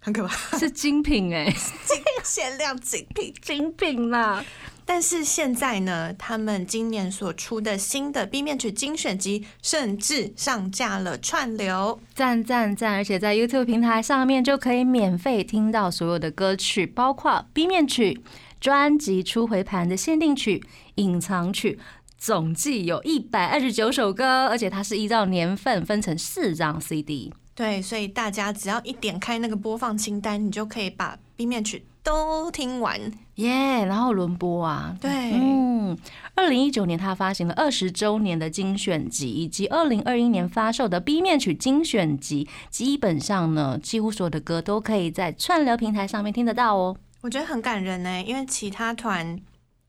很可 怕，是精品哎、 限量精品。 精品啦！但是现在呢，他们今年所出的新的 B 面曲精选集，甚至上架了串流。赞赞赞！而且在 YouTube 平台上面就可以免费听到所有的歌曲，包括 B 面曲、专辑初回盘的限定曲、隐藏曲，总计有一百二十九首歌，而且它是依照年份分成四张 CD。对，所以大家只要一点开那个播放清单，你就可以把 B 面曲都听完。耶、然后轮播啊，对嗯，二零一九年他发行了二十周年的精选集，以及二零二一年发售的 B 面曲精选集，基本上呢，几乎所有的歌都可以在串流平台上面听得到哦。我觉得很感人呢、因为其他团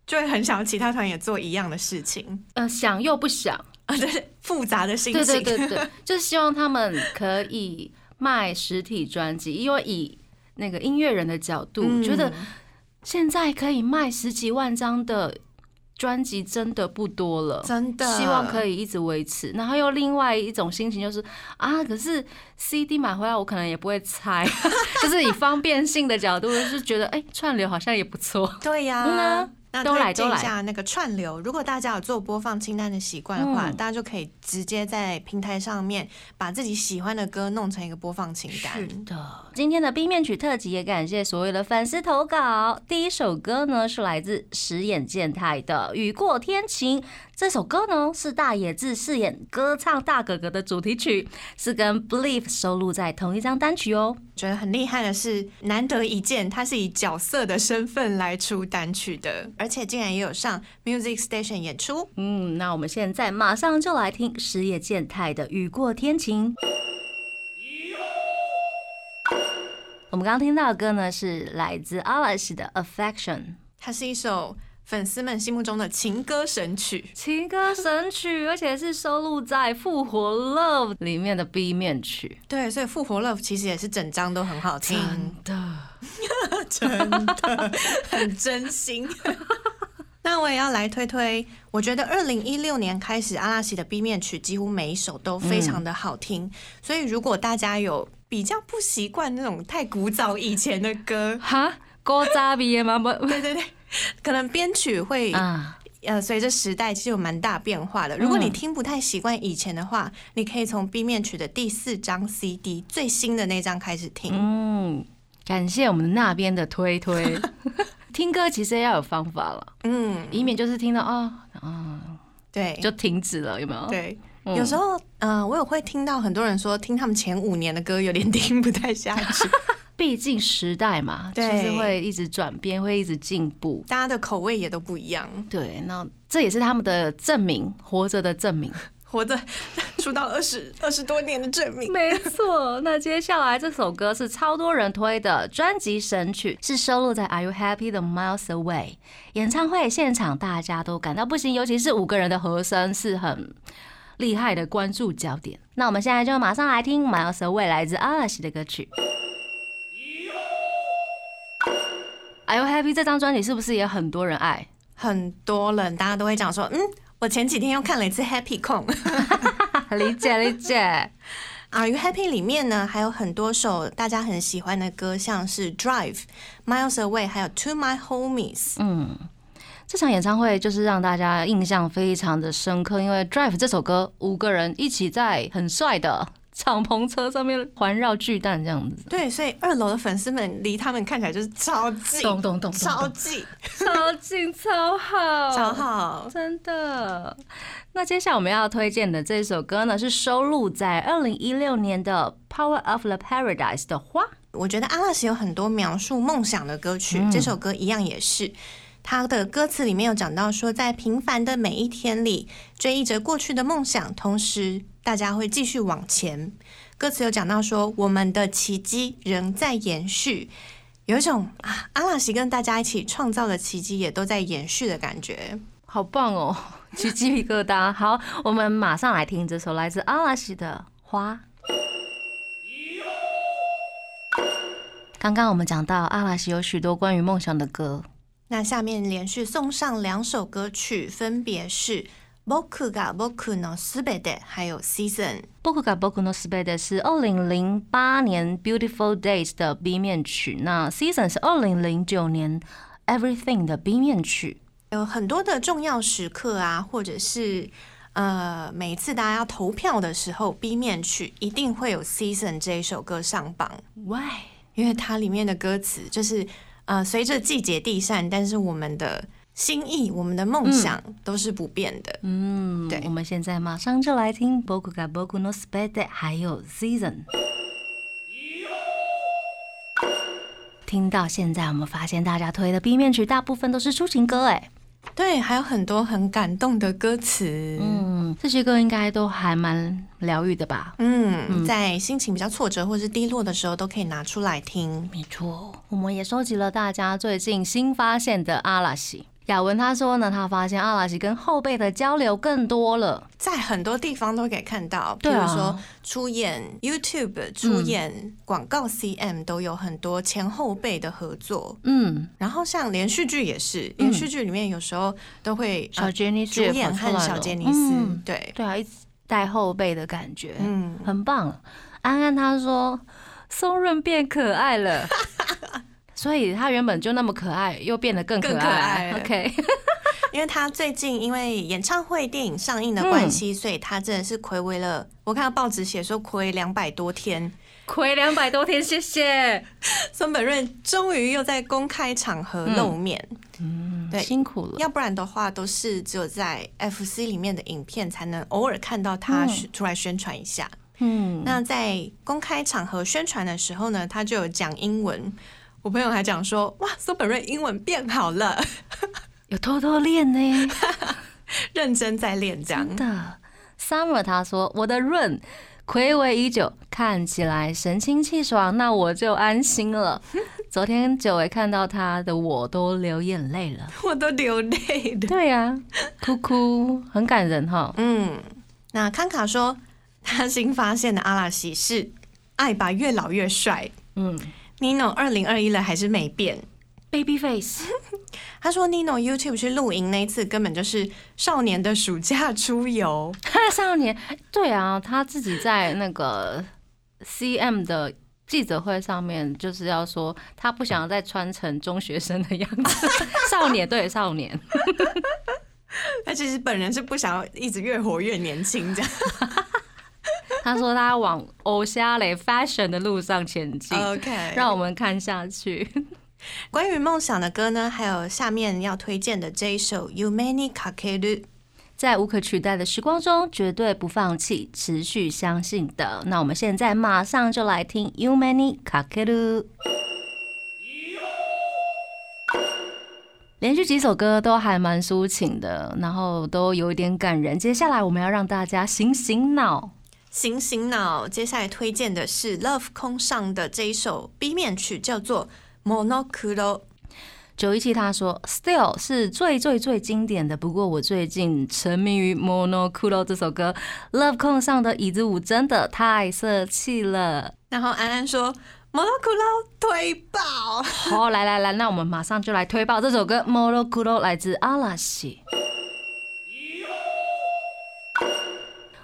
就会很想要其他团也做一样的事 情 呃，想又不想，啊，对，复杂的心对情，对对 对，就是希望他们可以卖实体专辑，因为以那个音乐人的角度，嗯觉得现在可以卖十几万张的专辑真的不多了。真的希望可以。以一直维持，然后又另外一种心情就是啊，可是 CD 买回来我可能也不会拆， 就是以方便性的角度，就是觉得哎、串流好像也不错。对呀、嗯啊那都来推荐都来一下那个串流，如果大家有做播放清单的习惯的话，嗯大家就可以直接在平台上面把自己喜欢的歌弄成一个播放清单。的，今天的 B 面曲特辑也感谢所有的粉丝投稿。第一首歌呢是来自石眼健太的《雨过天晴》，这首歌呢是大野智饰演歌唱大哥哥的主题曲，是跟 Believe 收录在同一张单曲哦。觉得很厉害的是，难得一见，他是以角色的身份来出单曲的，而且竟然也有上 Music Station 演出。嗯，那我们现在马上就来听石野健太的《雨过天晴》。我们刚刚听到的歌呢，是来自阿拉西的《Affection》它是一首粉丝们心目中的情歌神曲。情歌神曲，而且是收录在《复活 Love》里面的 B 面曲。对，所以《复活 Love》其实也是整张都很好听，的， 真的很真心。那我也要来推推，我觉得二零一六年开始，阿拉西的 B 面曲几乎每一首都非嗯常的好听，所以如果大家有比较不习惯那种太古早以前的歌，哈，高扎比耶吗？不对对对，可能编曲会啊，呃，随着时代其实有蛮大变化的。如果嗯你听不太习惯以前的话，你可以从 B 面曲的第四张 CD 最新的那张开始听。嗯，感谢我们那边的推推。 听歌其实也要有方法了，嗯，以免就是听到啊啊对，就停止了，有没有？对。嗯有时候，呃，我也会听到很多人说，听他们前五年的歌有点听不太 下去，毕竟时代嘛，就对是会一直转变，会一直进步。大家的口味也都不一样。对，那这也是他们的证明，活着的证明。活着 出道二十二十多年的证明，没错，那接下来这首歌是超多人推的专辑神曲，是收录在《Are You Happy》的《Miles Away》演唱会现场，大家都感到不行，尤其是五个人的和声是很厉害的关注焦点。那我们现在就马上来听《Miles Away》来自阿拉西的歌曲。Are You Happy 这张专辑是不是也很多人爱？ 很多人大家都会讲说，嗯，我前几天又看了一次 Happy 控，理解理解， Are You Happy 里面呢，还有很多首大家很喜欢的歌，像是 Drive、Miles Away，还有 To My Homies。嗯。这场演唱会就是让大家印象非常的深刻，因为《Drive》这首歌，五个人一起在很帅的 敞篷车上面环绕巨蛋这样子，对，所以二楼的粉丝们离他们看起来就是超近，咚咚咚咚超咚，近，超近，超好，超好。真的。那接下来我们要推荐的这首歌呢，是收录在二零一六年的《Power of the Paradise》的花。我觉得阿拉斯有很多描述梦想的歌曲，这首歌一样也是。他的歌词里面有讲到说，在平凡的每一天里，追忆着过去的梦想，同时大家会继续往前。歌词有讲到说，我们的奇迹仍在延续，有一种啊，阿拉西跟大家一起创造的奇迹也都在延续的感觉。好棒哦， 起鸡皮疙瘩。好，我们马上来听这首来自阿拉西的《花》。刚刚我们讲到阿拉西有许多关于梦想的歌，那下面连续送上两首歌曲，分别是《僕が僕のすべて》还有《Season》。 《Boku ga Boku no s p e d 是二零零八年《Beautiful Days》的 B 面曲，那《Season》是二零零九年《Everything》的 B 面曲。有呃很多的重要时刻啊，或者是呃，每一次大家要投票的时候，B 面曲一定会有《Season》这一首歌上榜， Why？因为它里面的歌词就是呃，随着季节递散，但是我们的心意、我们的梦想都是不变的。嗯，对我们现在马上就来听《Boku ga Boku no s p e d 还有《Season》。听到现在，我们发现大家推的 B 面曲大部分都是抒情歌，哎，对，还有很多很感动的歌词。嗯，这些歌应该都还蛮疗愈的吧？嗯，在心情比较挫折或是低落的时候，都可以拿出来听。没错，我们也收集了大家最近新发现的阿拉西。雅文他说呢，他发现阿拉西跟后辈的交流更多了。在很多地方都可以看到，比对如啊嗯说出演 YouTube、出演广告 CM 都有很多前后辈的合作。嗯，然后像连续剧也是，连续剧里面有时候都会小呃杰尼主斯也演跑出和来小了杰尼斯嗯，对，对啊，一直带后辈的感觉，嗯，很棒。安安他说，松润变可爱 了。所以他原本就那么可爱，又变得更可爱。更可爱了 OK，因为他最近因为演唱会、电影上映的关系，所以他真的是暌违了。我看到报纸写说暌违两百多天， 亏两百多天，谢谢。松本润终于又在公开场合嗯露面。对辛苦了。要不然的话，都是只有在 FC 里面的影片才能偶尔看到他宣出来宣传一下。嗯，那在公开场合宣传的时候呢，他就有讲英文。我朋友还讲说，哇，松本润英文变好了， 有偷偷练呢。 认真在练这样真。的，Summer 他说我的润暌违已久，看起来神清气爽，那我就安心 了。昨天久违看到他的我都流眼泪 了。我都流泪了。对呀、哭哭，很感人哈。嗯，那康卡说，他新发现的阿拉西是爱吧越老越帅嗯，Nino 二零二一了还是没变。 ，Baby Face，他说，Nino YouTube 去露营那一次根本就是少年的暑假出游。少年，对啊，他自己在那个 CM 的。记者会上面就是要说，他不想要再穿成中学生的样子，少年对少年，他其实本人是不想要一直越活越年轻这样。他说他往偶像类 fashion 的路上前进。 OK，让我们看下去。关于梦想的歌呢，还有下面要推荐的这一首《You Many k a k e r u 在无可取代的时光中，绝对不放弃，持续相信的。那我们现在马上就来听《You Many Kakeru》。连续几首歌都还蛮抒情的，然后都有一点感人。接下来我们要让大家醒醒脑，醒醒脑，接下来推荐的是 Love 空上的这一首 B 面曲，叫做《Monokuro》。九一七他说，Still 是最最最经典的。不过我最近沉迷于 Monokuro 这首歌，Love 控上的椅子舞真的太色气了。然后安安说，Monokuro 推爆。好，来来来，那我们马上就来推爆这首歌《Monokuro》，来自阿拉西。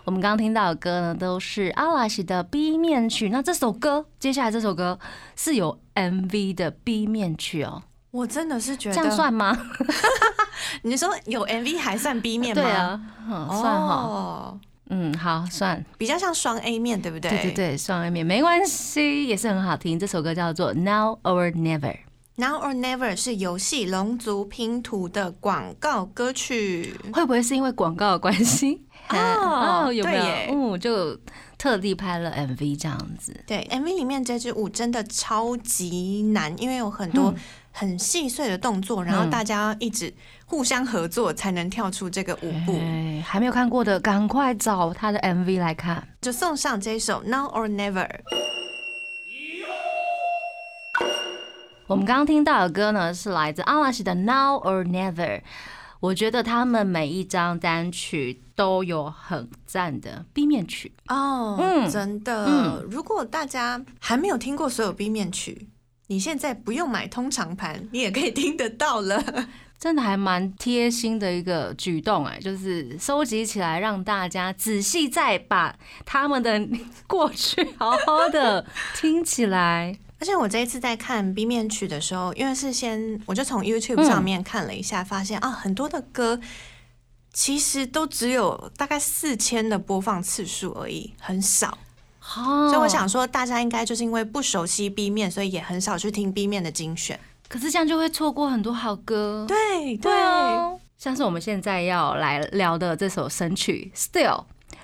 我们刚刚听到的歌呢，都是阿拉西的 B 面曲。那这首歌，接下来这首歌是有 MV 的 B 面曲哦，我真的是觉这得，样算吗？你说有 MV 还算 B 面吗？啊对，啊，嗯，算哈。哦。嗯，好，算，比较像双 A 面，对不对？对对。对，双 A 面没关系，也是很好听。这首歌叫做《Now or Never》。 Now or Never 是游戏《龙族拼图》的广告歌曲。嗯会不会是因为广告的关系？ 哦有没对有耶？嗯，就特地拍了 MV 这样子。对，MV 里面这支舞真的超级难，因为有很多很细碎的动作，然后大家一直互相合作才能跳出这个舞步。哎，还没有看过的，赶快找他的 MV 来看。就送上这一首《Now or Never》。我们刚刚听到的歌呢，是来自阿拉西的《Now or Never》。我觉得他们每一张单曲都有很赞的 B 面曲，哦，嗯真的、嗯如果大家还没有听过所有 B 面曲，你现在不用买通常盘，你也可以听得到了。真的还蛮贴心的一个举动哎、就是收集起来让大家仔细再把他们的过去好好的听起来。而且我这一次在看 B 面曲的时候，因为是先我就从 YouTube 嗯上面看了一下，发现啊，很多的歌其实都只有大概四千的播放次数而已，很少。哦所以我想说，大家应该就是因为不熟悉 B 面，所以也很少去听 B 面的精选。可是这样就会错过很多好歌。对对对啊，像是我们现在要来聊的这首神曲《Still》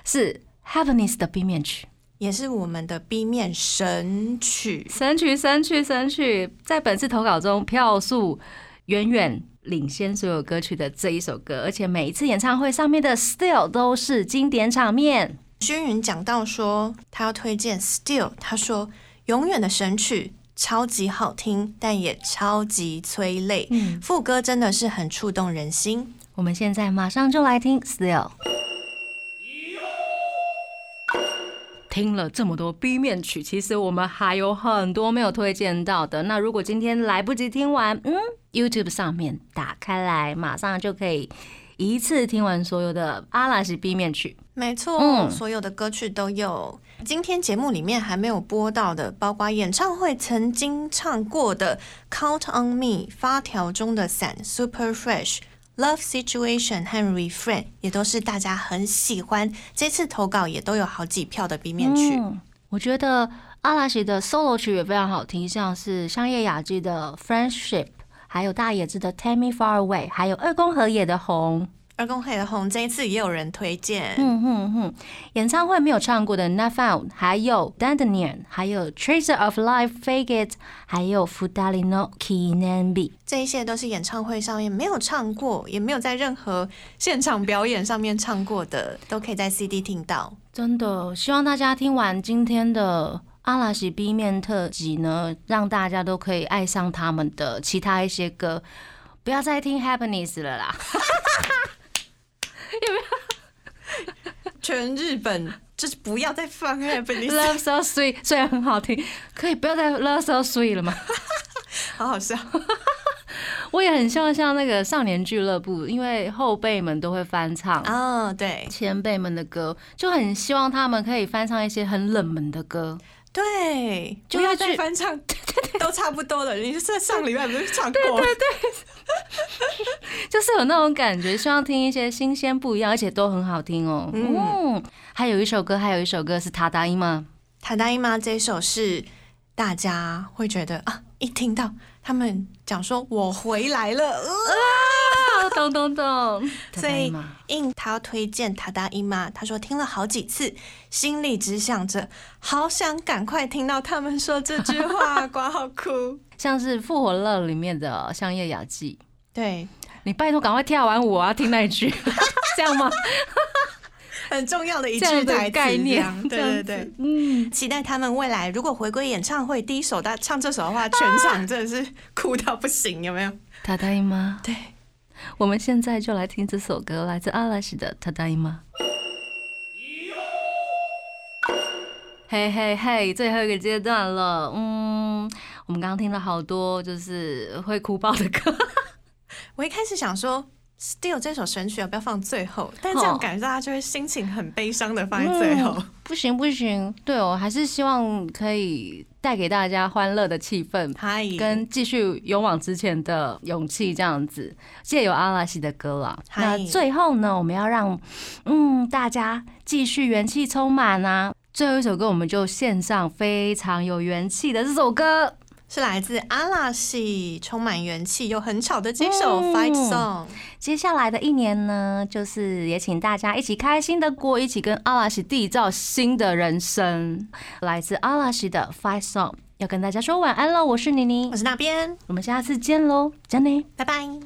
是 Happiness 的 B 面曲。也是我们的 B 面神曲。神曲，神曲，神曲，在本次投稿中票数远远领先所有歌曲的这一首歌，而且每一次演唱会上面的 Still 都是经典场面。轩云讲到说，他要推荐《Still》，他说永远的神曲超级好听，但也超级催泪，嗯副歌真的是很触动人心。我们现在马上就来听 Still。听了这么多 B 面曲，其实我们还有很多没有推荐到的。那如果今天来不及听完，嗯，YouTube 上面打开来，马上就可以一次听完所有的阿拉西 B 面曲。没错，嗯所有的歌曲都有。今天节目里面还没有播到的，包括演唱会曾经唱过的《Count on Me》、发条中的伞、Super Fresh、Love Situation 和 Refrain，也都是大家很喜欢。这次投稿也都有好几票的 B 面曲。嗯，我觉得阿拉西的 solo 曲也非常好听，像是香叶雅纪的《Friendship》，还有大野智的《Take Me Far Away》，还有二宫和也的《红》。二宫黑的红这一次也有人推荐，嗯哼哼，演唱会没有唱过的《Not Found》，还有《Dandelion》，还有《Tracer of Life》《Fake It》，还有《Fudali no Kinenbi》。这一些都是演唱会上面没有唱过，也没有在任何现场表演上面唱过的，都可以在 CD 听到。真的，希望大家听完今天的阿拉西 B 面特辑呢，让大家都可以爱上他们的其他一些歌，不要再听 Happiness 了啦。全日本就是不要再 放 Happy， Love So Sweet 虽然很好听，可以不要再 Love So Sweet 了吗？ 好好笑。我也很希望像那个少年俱乐部，因为后辈们都会翻唱。哦， 对前辈们的歌，就很希望他们可以翻唱一些很冷门的歌。对，就不要要去再翻唱，都差不多了。你这上礼拜不是唱过？就是有那种感觉，希望听一些新鲜不一样，而且都很好听哦。嗯，还有一首歌，还有一首歌是《塔达伊吗塔达伊妈这首是大家会觉得啊，一听到他们讲说我回来了，呃》啊，懂懂 懂。塔所达伊以吗应他要推荐塔达伊妈，他说听了好几次，心里只想着好想赶快听到他们说这句 话，挂号哭。像是《复活乐》里面的香叶雅纪，对，你拜托赶快跳完舞，我要听那一句， 这样吗？很重要的一这样句的台词概这念样，这对样对子对，嗯，期待他们未来如果回归演唱会，第一首他唱这首的话，全场真的是哭到不行，有没有？塔达伊吗？对，我们现在就来听这首歌，来自阿拉西的《塔达伊吗》。嘿嘿嘿，最后一个阶段了，嗯，我们刚刚听了好多就是会哭爆的歌，我一开始想说 Still 这首神曲要不要放最后？但这样感觉大家就会心情很悲伤的放在最后。 不行不行，对我还是希望可以带给大家欢乐的气氛，嗨、跟继续勇往直前的勇气这样子，借由阿拉西的歌啦。那嗨最后呢，我们要让嗯大家继续元气充满啊！最后一首歌我们就献上非常有元气的这首歌，是来自阿拉西充满元气又很吵的这首嗯 Fight Song。接下来的一年呢，就是也请大家一起开心的过，一起跟阿拉西缔造新的人生。来自阿拉西的 Fight Song，要跟大家说晚安喽！我是妮妮我，是那边，我们下次见喽，真的。拜拜。